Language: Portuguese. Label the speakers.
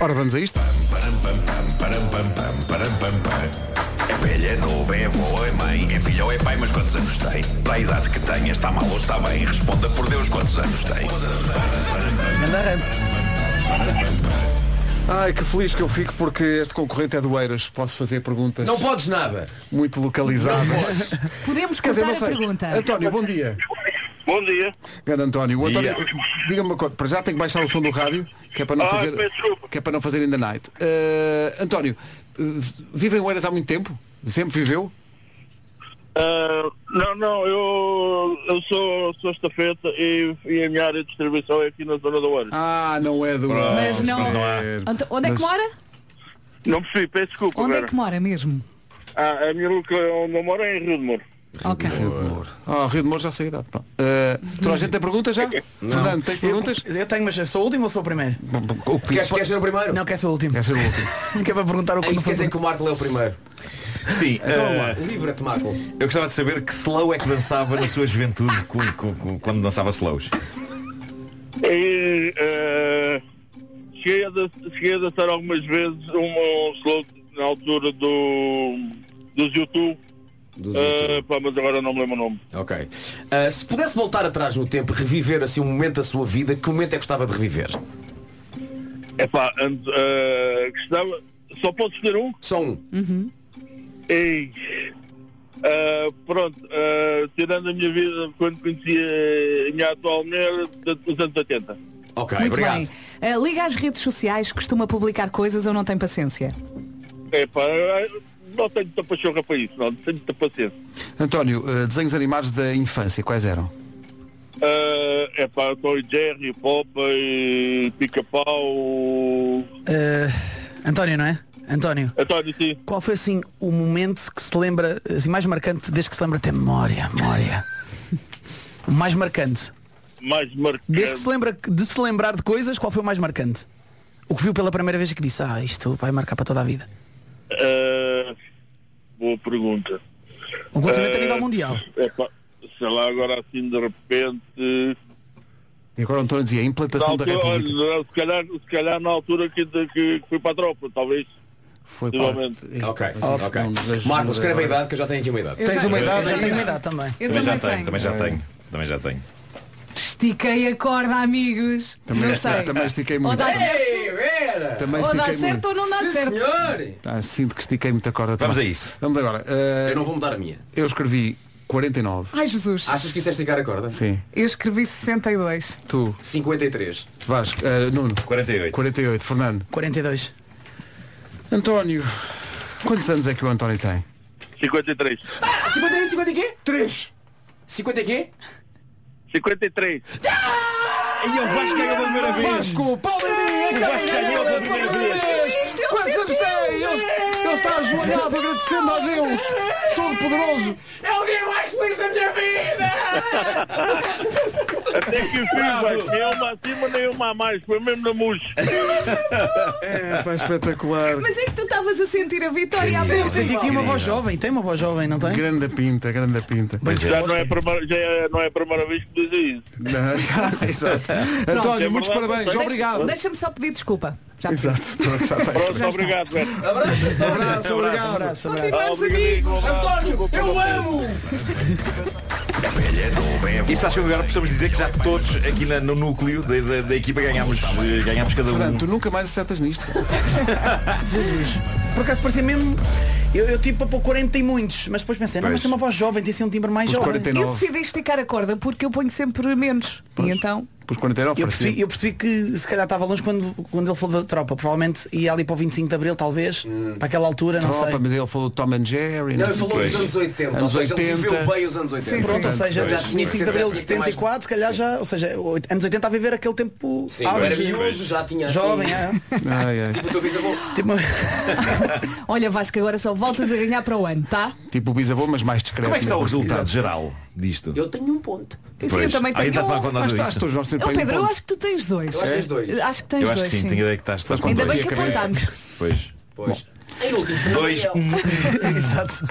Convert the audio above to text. Speaker 1: Ora, vamos a isto?
Speaker 2: Param, pam, pam, param, pam, pam, param, pam, pam. É velha, é novo, é avó, é mãe, é filho ou é pai, mas quantos anos tem? Para a idade que tem, está mal ou está bem? Responda por Deus quantos anos tem.
Speaker 1: Ai, que feliz que eu fico porque este concorrente é do Eiras. Posso fazer perguntas
Speaker 3: Não podes nada.
Speaker 1: muito localizadas.
Speaker 4: Podemos
Speaker 1: Quer dizer,
Speaker 4: cortar
Speaker 1: não
Speaker 4: a
Speaker 1: sei.
Speaker 4: pergunta.
Speaker 1: António, bom dia.
Speaker 5: Bom dia.
Speaker 1: Grande António. O António,
Speaker 2: Dia.
Speaker 1: diga-me uma coisa. Para já tem que baixar o som do rádio, que é para não
Speaker 5: Ah,
Speaker 1: fazer.
Speaker 5: peço desculpa.
Speaker 1: Que é para não fazer in the night. Eh, António, eh, vive em Oeiras há muito tempo? Sempre viveu?
Speaker 5: Ah, não, não, eu, eu sou, sou estafeta e, e a minha área de distribuição é aqui na zona do Ouro.
Speaker 1: Ah, não é do.
Speaker 4: Mas não.
Speaker 2: não há.
Speaker 4: Ant- Onde é
Speaker 1: Mas-
Speaker 4: que mora?
Speaker 5: Não percebi, peço desculpa
Speaker 4: Onde é
Speaker 5: agora.
Speaker 4: que mora mesmo?
Speaker 5: Ah, a minha loca onde eu moro é em Rio de Moro.
Speaker 4: Ok.
Speaker 1: Rio de Moro. Ah, Rio de Moro já sei a idade. Pronto. Eh, toda a gente tem perguntas já? Fernando, tens perguntas?
Speaker 6: Eu, eu tenho, mas sou o último ou sou o primeiro?
Speaker 1: O que
Speaker 3: Queres, queres ser o primeiro?
Speaker 6: Não, quer ser o último.
Speaker 1: Quer ser o último.
Speaker 6: Nunca vai
Speaker 4: É
Speaker 6: perguntar o que
Speaker 3: Aí
Speaker 6: não foi.
Speaker 3: esquecem que o Marco leu o primeiro.
Speaker 7: Sim, eh,
Speaker 3: Livra-te, Marco.
Speaker 7: eu gostava de saber que slow é que dançava na sua juventude com- com- com- quando dançava slows.
Speaker 5: E, ah, cheguei, a, dan- cheguei a dançar algumas vezes um, um slow na altura do, dos YouTube.
Speaker 3: Dos
Speaker 5: Ah, pá, mas agora não me lembro o nome.
Speaker 3: Ok. Ah, se pudesse voltar atrás no tempo, reviver assim um momento da sua vida, que momento é que gostava de reviver?
Speaker 5: É pá, antes, ah, gostava- só posso escolher um?
Speaker 3: Só um.
Speaker 5: Ei. Ah, pronto, ah, tirando a minha vida quando conhecia a minha atual mulher de- dos anos 80.
Speaker 3: Ok,
Speaker 4: Muito
Speaker 3: obrigado.
Speaker 4: bem. Eh, liga às redes sociais, costuma publicar coisas ou não tem paciência?
Speaker 5: É pá, não tenho muita pachorra para isso, não, não tenho muita paciência.
Speaker 1: António, eh, desenhos animados da infância, quais eram?
Speaker 5: Ah, é pá, Toy Jerry, Popeye, Pica-Pau.
Speaker 6: Eh, António, não é? António,
Speaker 5: António, então, sim.
Speaker 6: qual foi assim o momento que se lembra, assim, mais marcante desde que se lembra até memória, memória? O mais marcante.
Speaker 5: Mais
Speaker 6: Desde que se
Speaker 5: marcante.
Speaker 6: lembra de se lembrar de coisas, qual foi o mais marcante? O que viu pela primeira vez e que disse, ah, isto vai marcar para toda a vida.
Speaker 5: Ah, boa pergunta.
Speaker 6: Um acontecimento a
Speaker 5: Eh,
Speaker 6: nível mundial.
Speaker 5: É pá, sei lá, agora assim de repente.
Speaker 1: E agora o António dizia, a
Speaker 5: Na
Speaker 1: implantação da
Speaker 5: altura,
Speaker 1: República.
Speaker 5: olha, se, calhar, se calhar na altura que, de- que fui para a tropa, talvez.
Speaker 1: Foi
Speaker 5: Igualmente.
Speaker 1: parte-
Speaker 3: Ok,
Speaker 1: Isso
Speaker 3: ok.
Speaker 1: assim, não nos ajuda.
Speaker 3: Marco, escreve a idade que eu já tenho aqui uma idade.
Speaker 4: Eu
Speaker 1: Tens
Speaker 4: já-
Speaker 1: uma idade
Speaker 6: Eu já
Speaker 1: aí?
Speaker 6: tenho uma idade também.
Speaker 4: Eu
Speaker 7: Também
Speaker 4: também,
Speaker 7: já tenho,
Speaker 4: tenho.
Speaker 7: também já tenho. Também já tenho.
Speaker 4: Estiquei a corda, amigos.
Speaker 1: Também
Speaker 4: não
Speaker 1: esta-
Speaker 4: sei.
Speaker 1: também estiquei
Speaker 4: Ou
Speaker 1: muito.
Speaker 4: dá certo,
Speaker 3: Ei, Vera!
Speaker 1: Também
Speaker 4: ou, dá
Speaker 1: estiquei
Speaker 4: certo
Speaker 1: muito.
Speaker 4: ou não dá
Speaker 3: Sim,
Speaker 4: certo.
Speaker 3: senhor!
Speaker 1: Ah, sinto que estiquei muita corda
Speaker 7: Vamos
Speaker 1: também.
Speaker 7: a isso.
Speaker 1: Vamos agora.
Speaker 3: Eu
Speaker 1: Eh,
Speaker 3: não vou mudar a minha.
Speaker 1: eu escrevi 49.
Speaker 4: Ai Jesus,
Speaker 3: Achas que isso é esticar a corda?
Speaker 1: Sim.
Speaker 4: eu escrevi 62.
Speaker 1: Tu,
Speaker 3: 53.
Speaker 1: Vasco, eh, Nuno.
Speaker 7: 48.
Speaker 1: 48. Fernando.
Speaker 6: 42.
Speaker 1: António. Quantos anos é que o António tem?
Speaker 5: 53.
Speaker 3: 50 50 quê? 3. 50 quê?
Speaker 5: 53.
Speaker 7: E eu Vasco ganhou pela primeira vez.
Speaker 1: Vasco, Palmeirinho,
Speaker 7: Vasco ganhou pela primeira vez.
Speaker 4: Isto é o
Speaker 1: Quantos anos tem? Ele, ele está ajoelhado agradecendo a Deus, todo poderoso.
Speaker 3: É o dia mais feliz da minha vida!
Speaker 5: Até que fiz, mas nem uma acima, nem uma a mais. Foi mesmo na mousse.
Speaker 1: É, pá, espetacular.
Speaker 4: Mas é que tu estavas a sentir a vitória à
Speaker 6: Eu senti que tinha uma voz jovem, tem uma voz jovem, não tem?
Speaker 1: Grande pinta, grande pinta.
Speaker 5: Já, não é a primeira- já é- não é a primeira vez que dizem isso.
Speaker 1: Não, Exato. António,
Speaker 5: É
Speaker 1: muitos
Speaker 5: verdade,
Speaker 1: parabéns.
Speaker 5: deixa-
Speaker 1: Obrigado.
Speaker 4: Deixa-me só pedir desculpa. Já pedi.
Speaker 1: Exato. Pronto, já está.
Speaker 5: Pronto, obrigado, Beto.
Speaker 3: Abraço, António!
Speaker 1: Abraço, obrigado.
Speaker 6: Um Abraço, abraço.
Speaker 4: Continuamos aqui.
Speaker 5: Obrigadinho, um abraço.
Speaker 3: António, eu amo!
Speaker 7: Isso acho que agora precisamos dizer que já todos aqui na- no núcleo da, da- da equipa ganhámos, eh, ganhámos cada um.
Speaker 1: Portanto, tu nunca mais acertas nisto.
Speaker 6: Jesus. Por acaso parecia mesmo. Eu, eu tipo para pôr 40 e muitos, mas depois pensei, não, mas tem uma voz jovem, tem assim um timbre mais
Speaker 1: Pus
Speaker 6: jovem.
Speaker 1: 49.
Speaker 4: Eu decidi esticar a corda porque eu ponho sempre menos. E então.
Speaker 1: Pus 49
Speaker 6: Eu
Speaker 1: para
Speaker 6: percebi,
Speaker 1: cima.
Speaker 6: eu percebi que se calhar estava longe quando, quando ele foi da tropa. Provavelmente ia ali para o 25 de Abril, talvez,
Speaker 3: Hum.
Speaker 6: para aquela altura, não
Speaker 1: Tropa,
Speaker 6: sei.
Speaker 1: mas ele falou de Tom and Jerry.
Speaker 3: Não,
Speaker 1: sei
Speaker 3: ele
Speaker 1: o
Speaker 3: falou
Speaker 1: quê.
Speaker 3: dos anos 80,
Speaker 1: Anos
Speaker 3: ou seja, ele
Speaker 1: 80.
Speaker 3: viveu bem os anos 80.
Speaker 4: Sim,
Speaker 6: Pronto, ou seja,
Speaker 3: Já
Speaker 6: já
Speaker 3: tinha que ser,
Speaker 6: 25 de Abril
Speaker 3: já
Speaker 6: de
Speaker 3: tinha que ter mais-
Speaker 6: 74, se calhar já, ou seja, oito- anos 80 a viver aquele tempo
Speaker 3: Sim, eu era
Speaker 6: áureo,
Speaker 3: miúdo, já tinha assim-
Speaker 6: jovem, é.
Speaker 1: Ai, ai.
Speaker 3: Tipo o teu bisavô.
Speaker 6: Tipo,
Speaker 4: Olha Vasco, agora só voltas a ganhar para o ano, tá?
Speaker 1: Tipo o bisavô, mas mais discreto.
Speaker 7: Como é que está o
Speaker 1: Não consigo.
Speaker 7: resultado geral disto?
Speaker 3: Eu tenho um ponto.
Speaker 4: Sim,
Speaker 7: Pois.
Speaker 4: eu também
Speaker 7: Aí
Speaker 4: tenho
Speaker 7: dá para
Speaker 4: um.
Speaker 7: contar
Speaker 1: Mas estás
Speaker 7: disso.
Speaker 1: todos nós
Speaker 4: Ó,
Speaker 1: sempre
Speaker 4: Pedro, eu
Speaker 1: um
Speaker 4: acho que tu tens dois.
Speaker 3: Eu acho que tens dois.
Speaker 4: Acho que tens
Speaker 7: Eu
Speaker 4: dois.
Speaker 7: acho que sim,
Speaker 4: sim.
Speaker 7: tenho a ideia que estás, estás com
Speaker 4: Ainda
Speaker 7: dois.
Speaker 4: bem que
Speaker 1: cabeça.
Speaker 4: apontámos.
Speaker 7: Pois.
Speaker 3: Pois. Em último, Fernando
Speaker 7: Dois.
Speaker 3: Miguel.
Speaker 6: exato.